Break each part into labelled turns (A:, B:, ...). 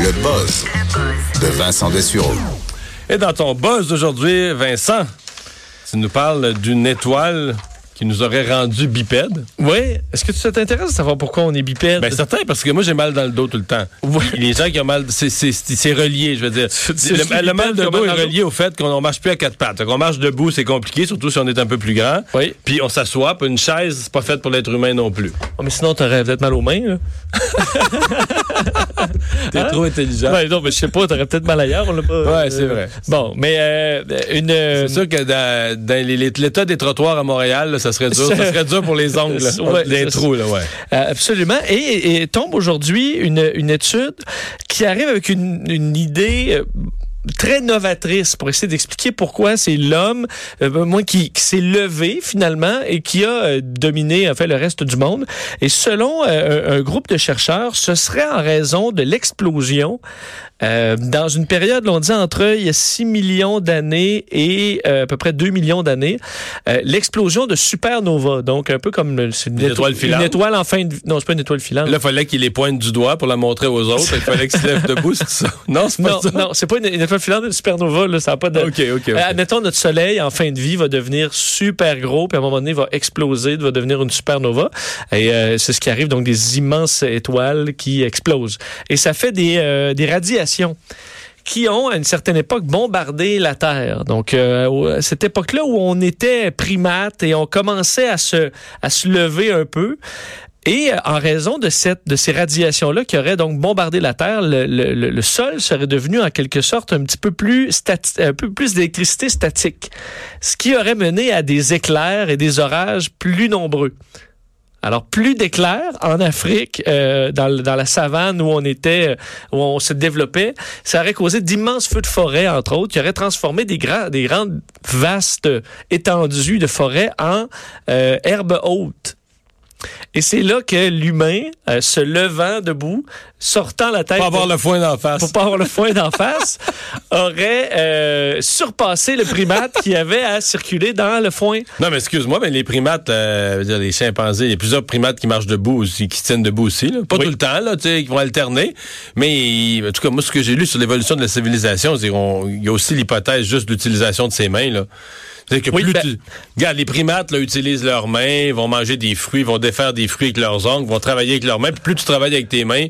A: Le buzz de Vincent Dessureau.
B: Et dans ton buzz d'aujourd'hui, Vincent, tu nous parles d'une étoile qui nous aurait rendu bipède.
C: Oui. Est-ce que ça t'intéresse de savoir pourquoi on est bipède?
B: Ben certain, parce que moi j'ai mal dans le dos tout le temps.
C: Ouais.
B: Les gens qui ont mal, c'est- c'est c'est relié, je veux dire.
C: C'est juste
B: Le, le mal
C: bipède
B: de
C: qui
B: dos
C: a mal
B: est
C: dans le
B: relié au fait qu'on ne marche plus à quatre pattes. Qu'on marche debout, c'est compliqué, surtout si on est un peu plus grand.
C: Oui.
B: Puis on s'assoit, puis une chaise, c'est pas faite pour l'être humain non plus.
C: Oh, mais sinon, t'aurais peut-être mal aux mains. Là.
B: T'es trop intelligent.
C: Ouais, non, mais je sais pas, t'aurais peut-être mal ailleurs. On l'a pas,
B: Ouais, c'est vrai.
C: Bon, mais euh, une... euh,
B: C'est sûr que dans, dans les- les- l'état des trottoirs à Montréal, là, ça serait dur. ça serait dur pour les ongles, là,
C: Ouais,
B: les
C: ça-
B: trous, là, ouais.
C: Euh, Absolument. Et, et- et tombe aujourd'hui une, une étude qui arrive avec une, une idée euh, très novatrice pour essayer d'expliquer pourquoi c'est l'homme, euh, moi, qui, qui s'est levé finalement et qui a euh, dominé en fait le reste du monde. Et selon euh, un, un groupe de chercheurs, ce serait en raison de l'explosion euh, dans une période, l'on dit entre il y a 6 millions d'années et euh, à peu près 2 millions d'années, euh, l'explosion de supernova. Donc un peu comme le- c'est une,
B: Des étoiles
C: éto-
B: filantes.
C: une étoile en fin de vie. Non, c'est pas une étoile filante.
B: Là, il fallait qu'il les pointe du doigt pour la montrer aux autres. Il fallait qu'ils se lèvent debout, c'est ça. Non, c'est pas
C: Non,
B: ça.
C: non, c'est pas une, une étoile filante, une supernova, là, ça n'a pas de...
B: OK, OK. ok.
C: Euh, admettons, notre soleil, en fin de vie, va devenir super gros, puis à un moment donné, va exploser, va devenir une supernova. Et euh, c'est ce qui arrive, donc des immenses étoiles qui explosent. Et ça fait des, euh, des radiations qui ont, à une certaine époque, bombardé la Terre. Donc, euh, au- à cette époque-là où on était primate et on commençait à se, à se lever un peu, et euh, en raison de, cette, de ces radiations-là qui auraient donc bombardé la Terre, le, le- le- le sol serait devenu en quelque sorte un petit peu plus, stati- un peu plus d'électricité statique, ce qui aurait mené à des éclairs et des orages plus nombreux. Alors, plus d'éclairs en Afrique, euh, dans, le- dans la savane où on était, euh, où on se développait, ça aurait causé d'immenses feux de forêt, entre autres, qui auraient transformé des, grands, des grandes, vastes étendues de forêt en euh, herbes hautes. Et c'est là que l'humain, euh, se levant debout, sortant la tête...
B: Pas avoir le foin d'en face.
C: pour pas avoir le foin d'en face, aurait euh, surpassé le primate qui avait à circuler dans le foin.
B: Non, mais excuse-moi, mais les primates, euh, je veux dire, les chimpanzés, il y a plusieurs primates qui marchent debout aussi, qui tiennent debout aussi. là. Pas
C: Oui.
B: tout le temps, là, tu sais, qui vont alterner. Mais en tout cas, moi, ce que j'ai lu sur l'évolution de la civilisation, c'est qu'on- il y a aussi l'hypothèse juste d'utilisation de ses mains. Là. C'est-à-dire que
C: Oui,
B: plus
C: ben-
B: tu- Regarde, les primates là, utilisent leurs mains, vont manger des fruits, vont défaire des fruits avec leurs ongles, vont travailler avec leurs mains. Puis plus tu travailles avec tes mains,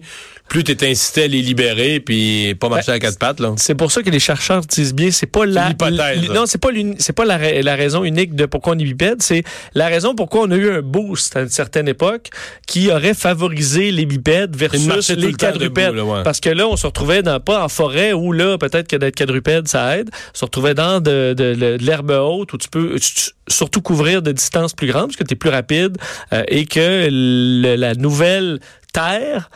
B: plus tu es incité à les libérer puis pas marcher à quatre pattes. Là.
C: Ben, C'est pour ça que les chercheurs disent bien, c'est pas la
B: l'hypothèse.
C: l- Non, c'est pas l'uni- c'est pas la, ra- la raison unique de pourquoi on est bipède, c'est la raison pourquoi on a eu un boost à une certaine époque qui aurait favorisé les bipèdes
B: Et de
C: versus
B: marcher tout
C: les
B: le temps debout,
C: quadrupèdes.
B: là, ouais.
C: Parce que là, on se retrouvait dans, pas en forêt où là, peut-être que d'être quadrupède, ça aide. On se retrouvait dans de, de- de- de l'herbe haute où tu peux tu- tu- surtout couvrir de distances plus grandes parce que tu es plus rapide euh, et que le- la nouvelle terre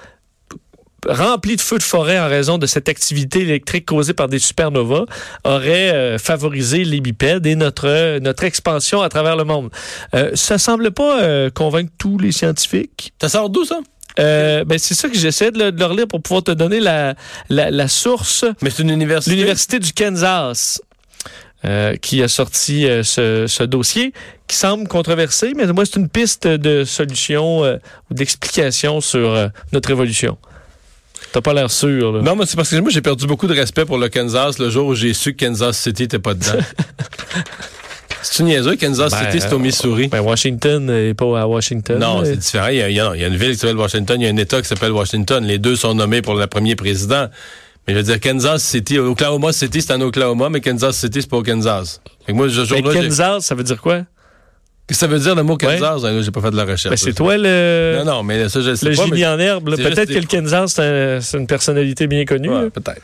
C: remplie de feux de forêt en raison de cette activité électrique causée par des supernovas aurait euh, favorisé les bipèdes et notre euh, notre expansion à travers le monde. Euh, ça semble pas euh, convaincre tous les scientifiques.
B: Ça sort d'où, ça?
C: Euh, ben c'est ça que j'essaie de, le- de leur lire pour pouvoir te donner la la, la source.
B: Mais c'est une université.
C: L'université du Kansas. euh, qui a sorti euh, ce, ce dossier qui semble controversé, mais moi c'est une piste de solution euh, ou d'explication sur euh, notre évolution. T'as pas l'air sûr. Là.
B: Non, mais c'est parce que moi, j'ai perdu beaucoup de respect pour le Kansas le jour où j'ai su que Kansas City n'était pas dedans. C'est-tu niaiseux? Kansas
C: Ben,
B: City, c'est au Missouri.
C: Ben, Washington et pas à Washington.
B: Non,
C: Euh,
B: c'est différent. Il y, a, il y a- il y a une ville qui s'appelle Washington, il y a un État qui s'appelle Washington. Les deux sont nommés pour le premier président. Mais je veux dire, Kansas City, Oklahoma City, c'est en Oklahoma, mais Kansas City, c'est pas au Kansas. Fait que moi, ce
C: mais
B: jour-là, j'ai-
C: Ben, Kansas, ça veut dire quoi?
B: Qu'est-ce que ça veut dire le mot Kansas? Là, J'ai pas fait de la recherche.
C: Ben, c'est toi le,
B: Non, non, mais ça, je le sais
C: le
B: pas. mais-
C: génie en herbe. là.
B: c'est juste
C: Peut-être que
B: des-
C: le Kansas, c'est un- c'est une personnalité bien connue. là.
B: Ouais, peut-être.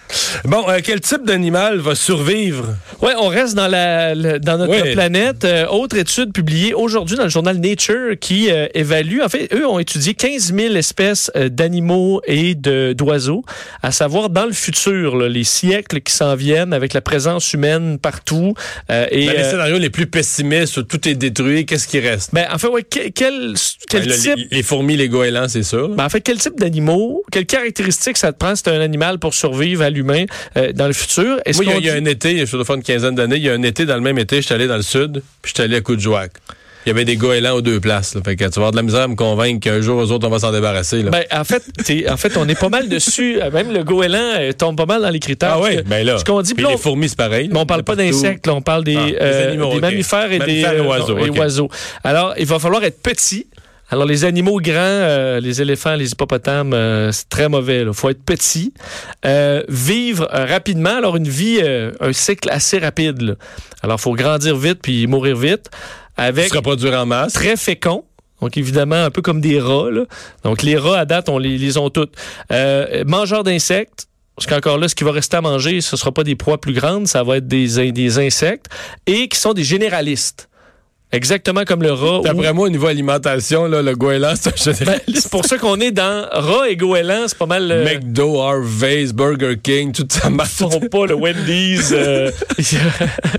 B: Bon, euh, quel type d'animal va survivre
C: Ouais, on reste dans la le- dans notre
B: Ouais.
C: planète. Euh, autre étude publiée aujourd'hui dans le journal Nature qui euh, évalue, en fait, eux ont étudié 15 000 espèces euh, d'animaux et de d'oiseaux, à savoir dans le futur, là, les siècles qui s'en viennent avec la présence humaine partout. euh,
B: Ben,
C: et
B: Dans les
C: euh,
B: scénarios les plus pessimistes, où tout est détruit, qu'est-ce qui reste?
C: ben, en fait, ouais, que- quel, quel
B: Ben, là,
C: type
B: les, les fourmis, les goélands, c'est sûr. là.
C: Ben, en fait, quel type d'animaux, quelles caractéristiques ça te prend si t'es un animal pour survivre à l'humain euh, dans le futur? Est-ce
B: Moi, il y a-
C: qu'on
B: il y, a
C: dit-
B: un été, je suis de faire une quinzaine d'années, il y a un été, dans le même été, je suis allé dans le sud, puis je suis allé à Coudjouac. il y avait des goélands aux deux places. Là. Fait que tu vas avoir de la misère à me convaincre qu'un jour, aux autres, on va s'en débarrasser. Là.
C: Ben, en, fait, t'es- en fait, on est pas mal dessus. Même le goéland euh, tombe pas mal dans les critères.
B: ah oui,
C: Parce que
B: ben là.
C: Ce qu'on dit,
B: Puis
C: puis
B: les
C: on-
B: fourmis, c'est pareil.
C: mais on parle pas
B: Partout.
C: d'insectes, là, on parle des,
B: Ah, des
C: euh,
B: animaux,
C: des
B: ok.
C: mammifères et
B: Mammifères
C: des euh,
B: et oiseaux,
C: et
B: ok.
C: oiseaux. Alors, il va falloir être petit. Alors, les animaux grands, euh, les éléphants, les hippopotames, euh, c'est très mauvais. Il faut être petit. Euh, vivre euh, rapidement. Alors, une vie, euh, un cycle assez rapide. là. Alors, il faut grandir vite puis mourir vite. Avec
B: Se reproduire en masse.
C: très fécond. Donc, évidemment, un peu comme des rats. là. Donc, les rats, à date, on les, les ont toutes. Euh, mangeurs d'insectes. Parce qu'encore là, ce qui va rester à manger, ce ne sera pas des proies plus grandes, ça va être des, in- des insectes. Et qui sont des généralistes. Exactement comme le rat. ou-
B: D'après moi, au niveau alimentation, là, le goéland, c'est un
C: Ben,
B: généraliste.
C: c'est pour ça qu'on est dans rat et goéland, c'est pas mal. euh,
B: McDo, Harvey's, Burger King, toute sa masse.
C: Ils font pas le Wendy's, euh,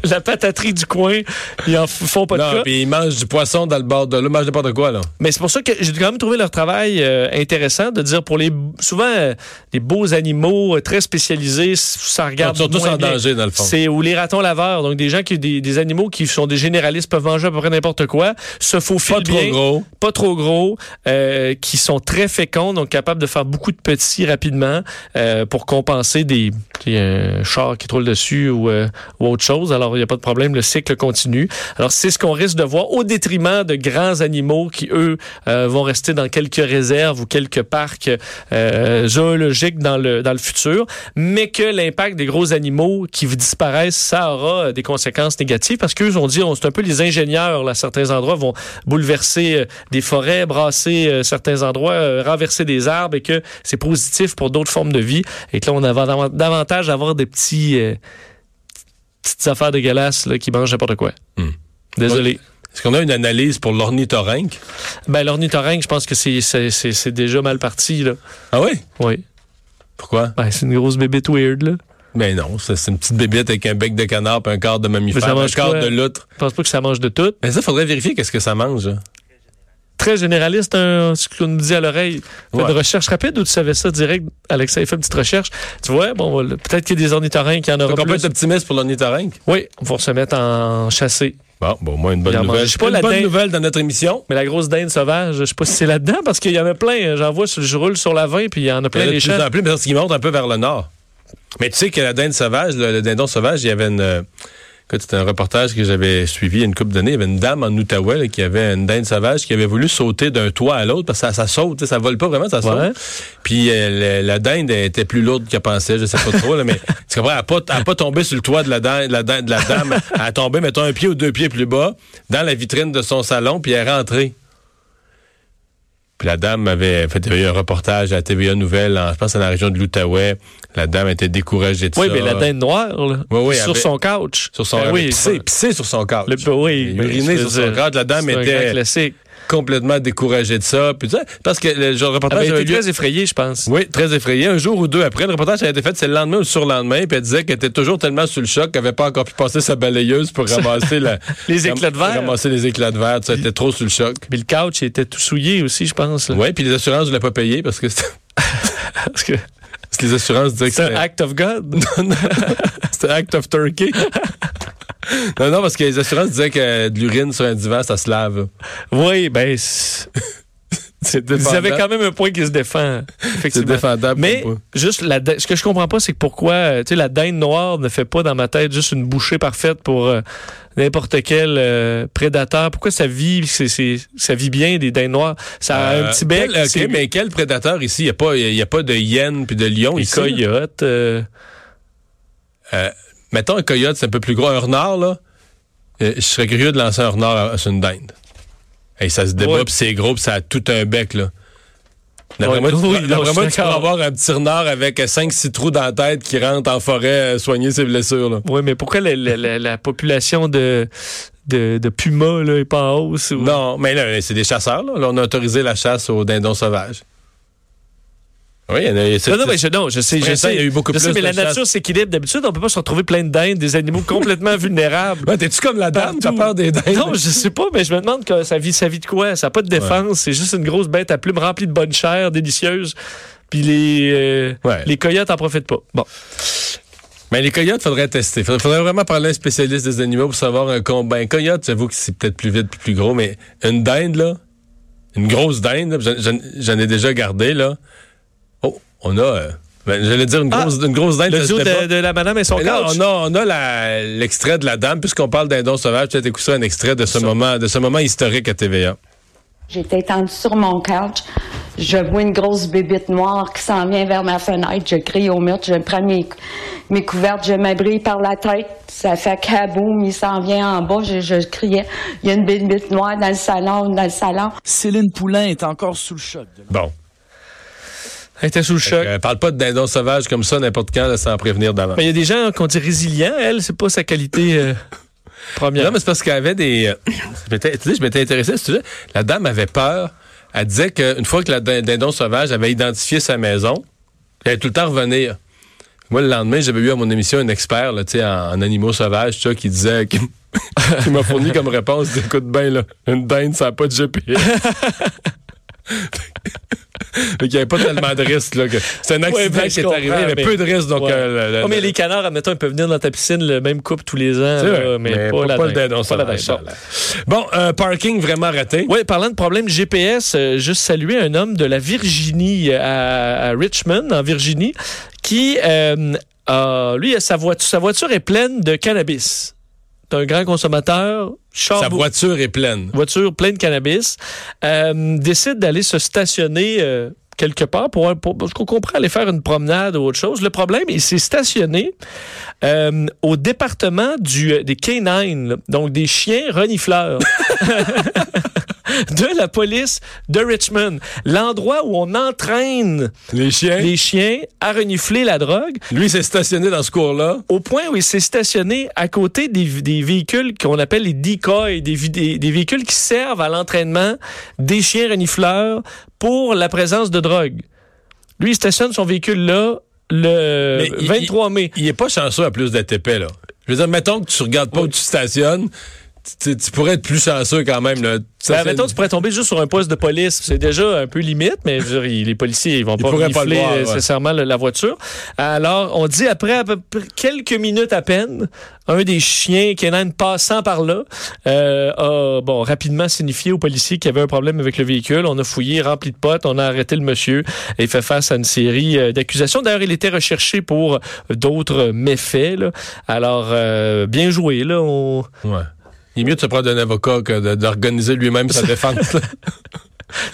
C: la pataterie du coin, ils en f- font pas de
B: Non,
C: cas.
B: puis ils mangent du poisson dans le bord de l'eau, ils mangent n'importe quoi, là.
C: Mais c'est pour ça que j'ai quand même trouvé leur travail euh, intéressant de dire pour les souvent euh, les beaux animaux euh, très spécialisés, s- ça
B: Ils sont
C: regarde
B: tous
C: moins
B: en
C: bien.
B: danger, dans le fond.
C: C'est ou les ratons laveurs, donc des gens qui des, des animaux qui sont des généralistes peuvent manger à peu près n'importe quoi, se faufilent
B: Pas trop
C: bien,
B: gros.
C: pas trop gros, euh, qui sont très féconds, donc capables de faire beaucoup de petits rapidement euh, pour compenser des, des, euh, chars qui troulent dessus ou, euh, ou autre chose. Alors, il n'y a pas de problème, le cycle continue. Alors, c'est ce qu'on risque de voir au détriment de grands animaux qui, eux, euh, vont rester dans quelques réserves ou quelques parcs euh, zoologiques dans le, dans le futur, mais que l'impact des gros animaux qui disparaissent, ça aura euh, des conséquences négatives parce qu'eux ont dit, on- c'est un peu les ingénieurs, là, à certains endroits vont bouleverser euh, des forêts, brasser euh, certains endroits, euh, renverser des arbres et que c'est positif pour d'autres formes de vie et que là, on a davan- davantage à avoir des petits, euh, petites affaires dégueulasses là, qui mangent n'importe quoi.
B: Hmm.
C: Désolé.
B: Est-ce qu'on a une analyse pour l'ornithorynque?
C: Ben, l'ornithorynque, je pense que c'est- c'est c'est- c'est déjà mal parti, là.
B: Ah oui?
C: Oui.
B: Pourquoi?
C: Ben, c'est une grosse bébête weird, là.
B: Ben non, ça, c'est une petite bébête avec un bec de canard, puis un quart de
C: Mais ça
B: mammifère, un
C: mange
B: quart
C: quoi?
B: de loutre.
C: Je pense pas que ça mange de tout.
B: Mais ça, faudrait vérifier qu'est-ce que ça mange. là.
C: Très généraliste, hein, ce qu'on nous dit à l'oreille. Fait
B: Ouais.
C: de recherche rapide ou tu savais ça direct? Alexa, il fait une petite recherche. Tu vois, bon, le- peut-être qu'il y a des ornithorynques qui en auront
B: Donc, on peut
C: plus.
B: être optimiste pour l'ornithorynque?
C: Oui, on va se mettre en chassé.
B: Bon, bon, au moins une
C: Il
B: bonne
C: en mange.
B: nouvelle.
C: Je sais pas,
B: une
C: la
B: bonne
C: dinde-
B: nouvelle dans notre émission.
C: Mais la grosse dinde sauvage, je sais pas si c'est là-dedans, parce qu'il y en a plein. hein. J'en vois, sur- je roule sur la 20, puis il y en a
B: Il y
C: plein
B: en a
C: les
B: de plus
C: champs.
B: en plus, mais parce qu'ils montent un peu vers le nord. Mais tu sais que la dinde sauvage, le, le dindon sauvage, il y avait une. euh, écoute, c'était un reportage que j'avais suivi il y a une couple d'années. Il y avait une dame en Outaouais là, qui avait une dinde sauvage qui avait voulu sauter d'un toit à l'autre parce que ça, ça saute, tu sais, ça vole pas vraiment, ça saute.
C: Ouais.
B: Puis euh, le- la dinde elle était plus lourde qu'elle pensait, je sais pas trop, là, mais tu comprends, elle n'a pas, elle a pas tombé sur le toit de la, dinde, de la, dinde- de la dame. Elle a tombé, mettons, un pied ou deux pieds plus bas dans la vitrine de son salon, puis elle est rentrée. Puis la dame avait fait il y avait eu un reportage à TVA Nouvelle, en- je pense, dans la région de l'Outaouais. La dame était découragée de
C: Oui,
B: ça.
C: mais la dinde noire, là,
B: Oui, oui,
C: sur
B: avec-
C: son couch.
B: Sur son,
C: Ben
B: oui, pissé, pissé sur son corps.
C: Le, ben oui,
B: Il a uriné
C: je veux
B: sur son
C: dire,
B: cadre. La dame
C: c'est un
B: était- Ah,
C: grand classique.
B: Complètement découragée de ça. Puis, tu sais, parce que le, genre, le
C: Elle
B: reportage
C: avait
B: avait
C: été
B: lieu-
C: très effrayée, je pense.
B: Oui, très effrayée. Un jour ou deux après, le reportage avait été fait, c'est le lendemain ou le surlendemain, puis elle disait qu'elle était toujours tellement sous le choc qu'elle n'avait pas encore pu passer sa balayeuse pour ramasser la-
C: Les éclats de verre.
B: Ramasser les éclats de verre, tu sais, elle était trop sous le choc.
C: Mais le couch il était tout souillé aussi, je pense. là.
B: Oui, puis les assurances ne l'ont pas payé parce que c'était-
C: Parce que
B: parce que les assurances disaient que
C: c'est un
B: c'était
C: act of God.
B: c'était act of turkey. non, non, parce que les assurances disaient que de l'urine sur un divan, ça se lave.
C: oui, ben. c'est-
B: C'est
C: Vous avez
B: dépendant.
C: quand même un point qui se défend.
B: C'est
C: Effectivement.
B: défendable.
C: Mais
B: pour moi.
C: juste la dinde- ce que je comprends pas, c'est que pourquoi euh, tu sais, la dinde noire ne fait pas dans ma tête juste une bouchée parfaite pour euh, n'importe quel euh, prédateur. Pourquoi ça vit, c'est- c'est- ça vit bien des dindes noires. Ça a
B: Euh,
C: un petit bec,
B: quel- ok,
C: c'est-
B: mais quel prédateur ici? Il n'y a, pas- y a pas de hyène puis de lion
C: les
B: ici. là?
C: coyotes. euh,
B: Euh, mettons un coyote, c'est un peu plus gros. Un renard, là, euh, je serais curieux de lancer un renard à- sur une dinde. Et ça se débat,
C: Ouais.
B: puis c'est gros, puis ça a tout un bec, là. D'après
C: Ouais,
B: moi, tu,
C: oui,
B: pourras-
C: non,
B: d'après
C: je suis
B: moi, tu pourras
C: d'accord.
B: avoir un petit renard avec 5-6 trous dans la tête qui rentre en forêt euh, soigner ses blessures, là.
C: Oui, mais pourquoi la, la- la- la population de, de, de pumas là, est pas en hausse? ou-
B: Non, mais là, c'est des chasseurs, là. Là, on a autorisé la chasse aux dindons sauvages. Oui, il y en a. c'est-
C: Non, non, mais je, non, je sais, je
B: Printemps,
C: sais.
B: il y a eu beaucoup
C: je sais,
B: plus
C: mais
B: de
C: la
B: chasse.
C: nature s'équilibre. D'habitude, on peut pas se retrouver plein de dindes, des animaux complètement vulnérables.
B: Ouais, T'es-tu comme la dame? T'as
C: Partout.
B: peur des dindes?
C: Non, je sais pas, mais je me demande que ça vit sa vie de quoi. Ça n'a pas de défense. C'est juste une grosse bête à plumes remplie de bonne chair, délicieuse. Puis les, euh,
B: Ouais.
C: les coyotes en profitent pas. Bon.
B: Mais les coyotes, faudrait tester. Faudrait, faudrait vraiment parler à un spécialiste des animaux pour savoir un combat. Un coyote, j'avoue que c'est peut-être plus vite, plus gros, mais une dinde, là, une grosse dinde, là, j'en- j'en- j'en ai déjà gardé, là. Oh, on a, euh, ben, j'allais dire une
C: Ah,
B: grosse, une grosse dinde.
C: Le
B: ça,
C: duo
B: c'était
C: de,
B: pas-
C: de la madame et son
B: Mais là,
C: coach.
B: on a, on a la- l'extrait de la dame, puisqu'on parle d'un don sauvage, peut-être écouter un extrait de ce,
C: Ça.
B: moment, de ce moment historique à TVA.
D: J'étais étendue sur mon couch. Je vois une grosse bébite noire qui s'en vient vers ma fenêtre. Je crie au mur, je prends mes, cou- mes couvertes, je m'abris par la tête. Ça fait kaboum, il s'en vient en bas. Je, je criais, il y a une bébite noire dans le salon, dans le salon.
E: Céline Poulain est encore sous le choc. de-
B: Bon.
C: Elle était sous le choc.
B: Euh, parle pas de dindon sauvage comme ça n'importe quand là, sans prévenir d'avant.
C: Mais il y a des gens qu'on dit résilients. Elle, c'est pas sa qualité euh,
B: Non,
C: première.
B: mais c'est parce qu'elle avait des. euh, je m'étais- tu sais, je m'étais intéressé à ce sujet. La dame avait peur. Elle disait qu'une fois que la din- dindon sauvage avait identifié sa maison, elle allait tout le temps revenir. Moi, le lendemain, j'avais eu à mon émission un expert là, tu sais, en, en animaux sauvages tu sais, qui disait. Qui, qui m'a fourni comme réponse écoute bien, là, une dinde, ça n'a pas de GPS. Il n'y avait pas tellement de risques. là, que- C'est un
C: Ouais,
B: accident
C: ben,
B: qui
C: je
B: est arrivé. Il y
C: comprends,
B: avait
C: mais-
B: peu de risques. Donc,
C: Ouais.
B: euh, le- le-
C: Oh, mais les canards, admettons, ils peuvent venir dans ta piscine, le même couple tous les ans,
B: C'est vrai,
C: là, mais, pas, la
B: le
C: dinde.
B: dindon
C: Pas la dinde.
B: sauvage,
C: Bon.
B: ça, là. Bon, euh, parking vraiment raté.
C: Oui, parlant de problème GPS, euh, juste saluer un homme de la Virginie euh, à, à Richmond, en Virginie, qui, euh, a- lui, a sa voiture, sa voiture est pleine de cannabis. C'est un grand consommateur. char
B: Sa
C: beau-
B: voiture est pleine.
C: voiture pleine de cannabis, euh, décide d'aller se stationner euh, quelque part pour, pour, parce qu'on comprend aller faire une promenade ou autre chose. Le problème, il s'est stationné euh, au département du, euh, des canines, là, donc des chiens renifleurs. de la police de Richmond, l'endroit où on entraîne
B: Les chiens.
C: les chiens à renifler la drogue
B: Lui, s'est stationné dans ce cours-là.
C: au point où il s'est stationné à côté des, des véhicules qu'on appelle les decoys, des, vi- des, des véhicules qui servent à l'entraînement des chiens renifleurs pour la présence de drogue. Lui, il stationne son véhicule là le
B: Mais il-
C: 23 mai.
B: Il est pas chanceux à plus d'ATP, là. Je veux dire, mettons que tu regardes pas où tu stationnes, tu, tu- tu pourrais être plus chanceux quand même, là. Tu
C: Ben,
B: stationnes-
C: mettons, tu pourrais tomber juste sur un poste de police. C'est déjà un peu limite, mais je veux dire, il- les policiers, ils vont pas
B: pourraient pas le
C: renifler
B: voir, ouais.
C: nécessairement le- la voiture. Alors, on dit après à peu près quelques minutes à peine, un des chiens canines passant par là euh, a bon, rapidement signifié aux policiers qu'il y avait un problème avec le véhicule. On a fouillé, rempli de potes, on a arrêté le monsieur et fait face à une série euh, d'accusations. D'ailleurs, il était recherché pour d'autres méfaits. là. Alors, euh, bien joué. Là, on...
B: Ouais. Il est mieux de se prendre un avocat que de- d'organiser lui-même sa défense. là.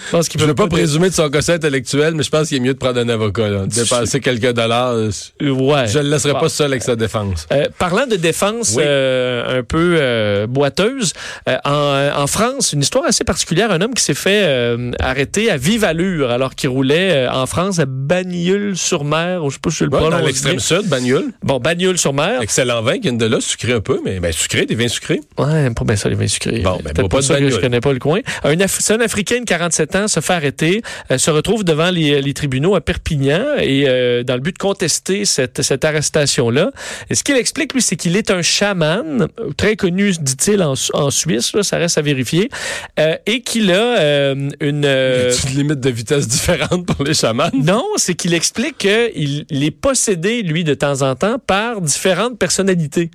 C: Je pense qu'il
B: je ne
C: peut
B: veux pas présumer de son quotient intellectuel, mais je pense qu'il est mieux de prendre un avocat. Là. Dépenser quelques dollars, euh,
C: Ouais.
B: je ne le laisserai
C: Bah.
B: pas seul avec sa défense.
C: Euh, parlant de défense
B: Oui.
C: euh, un peu euh, boiteuse, euh, en, en France, une histoire assez particulière, un homme qui s'est fait euh, arrêter à vive allure alors qu'il roulait euh, en France à Bagnoul-sur-Mer, ou je sais pas si je le
B: Ouais, dans
C: prononce
B: l'extrême
C: bien.
B: sud, Bagnoul.
C: Bon, Bagnoul-sur-mer.
B: Excellent vin qui vient de là, sucré un peu, mais ben, sucré, des vins sucrés.
C: Ouais, pas bien ça, les vins sucrés.
B: Bon, ben,
C: Peut-être
B: bois pas de
C: ça que
B: Bagnoul.
C: je connais pas le coin. Un, Af- c'est un Africain de 47 ans se fait arrêter, euh, se retrouve devant les, les tribunaux à Perpignan et euh, dans le but de contester cette, cette arrestation-là. Et ce qu'il explique, lui, c'est qu'il est un chaman, euh, très connu, dit-il, en, Su- en Suisse, là, ça reste à vérifier, euh, et qu'il a euh, une... euh,
B: Y a-t-il une limite de vitesse différente pour les chamans.
C: non, c'est qu'il explique qu'il il est possédé, lui, de temps en temps, par différentes personnalités.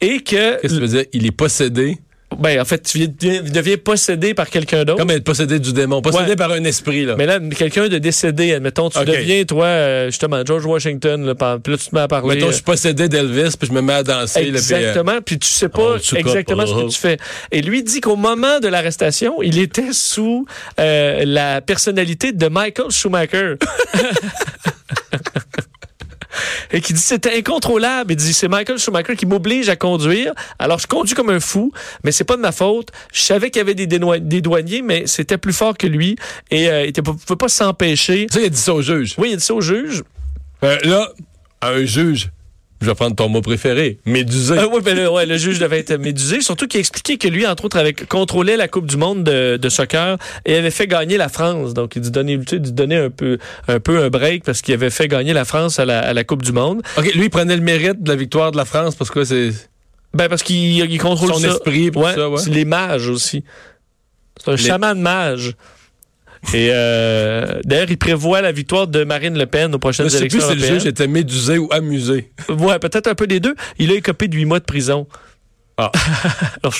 C: Et que...
B: Qu'est-ce que tu veux dire? Il est possédé.
C: Ben, en fait, tu viens- deviens possédé par quelqu'un d'autre.
B: Comme être possédé du démon, possédé
C: Ouais.
B: par un esprit, là.
C: Mais là, quelqu'un de décédé, admettons, tu
B: Ok.
C: deviens, toi, euh, justement, George Washington, là, par- puis là, tu te mets à parler.
B: Mettons, je suis possédé d'Elvis, puis je me mets à danser. là, puis, euh,
C: Exactement, puis tu sais
B: on
C: pas
B: le sous-coupe.
C: exactement ce que tu fais. Et lui dit qu'au moment de l'arrestation, il était sous euh, la personnalité de Michael Schumacher. Et qui dit c'était incontrôlable. Il dit c'est Michael Schumacher qui m'oblige à conduire. Alors je conduis comme un fou, mais c'est pas de ma faute. Je savais qu'il y avait des, dénoi- des douaniers, mais c'était plus fort que lui et euh, il ne pouvait pas s'empêcher.
B: tu sais, il a dit ça au juge.
C: Oui, il a dit ça au juge.
B: Euh, là, un juge, je vais prendre ton mot préféré, médusé.
C: Ah oui, ben le, ouais, le juge devait être médusé, surtout qu'il expliquait que lui, entre autres, avait contrôlé la Coupe du Monde de, de soccer et avait fait gagner la France. Donc, il dit donner, tu sais, il dit donner un, peu, un peu un break parce qu'il avait fait gagner la France à la, à la Coupe du Monde.
B: OK, lui, il prenait le mérite de la victoire de la France parce que c'est
C: Ben, parce qu'il il contrôle
B: son
C: ça.
B: esprit, puis
C: Ouais,
B: tout ça, ouais.
C: c'est Les mages aussi. C'est un
B: Les-
C: chaman de mage. Et euh, d'ailleurs, il prévoit la victoire de Marine Le Pen aux
B: Je
C: prochaines
B: sais
C: élections
B: plus si le
C: européennes.
B: juge était médusé ou amusé.
C: Ouais, peut-être un peu des deux. Il a écopé de huit mois de prison.
B: Ah.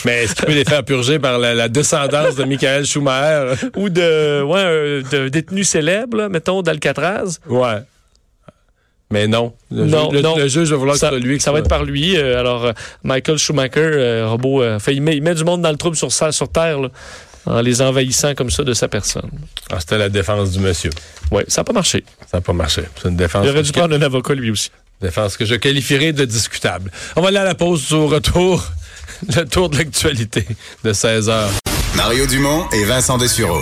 B: Mais est-ce qu'il peut les faire purger par la, la descendance de Michael Schumacher?
C: Ou de, ouais, euh, de détenu célèbre, là, mettons, d'Alcatraz.
B: Ouais. Mais non. Le,
C: Non,
B: juge, le-
C: non.
B: le juge va vouloir que
C: Ça,
B: ce soit lui. qui
C: ça va
B: soit-
C: être par lui. Euh, alors, euh, Michael Schumacher, euh, robot, euh, fait, il, met, il met du monde dans le trouble sur, sa- sur Terre, là, en les envahissant comme ça de sa personne.
B: Ah, c'était la défense du monsieur.
C: Oui, ça n'a pas marché.
B: Ça n'a pas marché. Ah, C'est une défense,
C: Il aurait
B: que
C: dû
B: je,
C: prendre un avocat lui aussi.
B: défense que je qualifierais de discutable. On va aller à la pause au retour. Le tour de l'actualité de 16 heures.
A: Mario Dumont et Vincent Dessureau.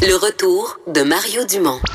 F: Le retour de Mario Dumont.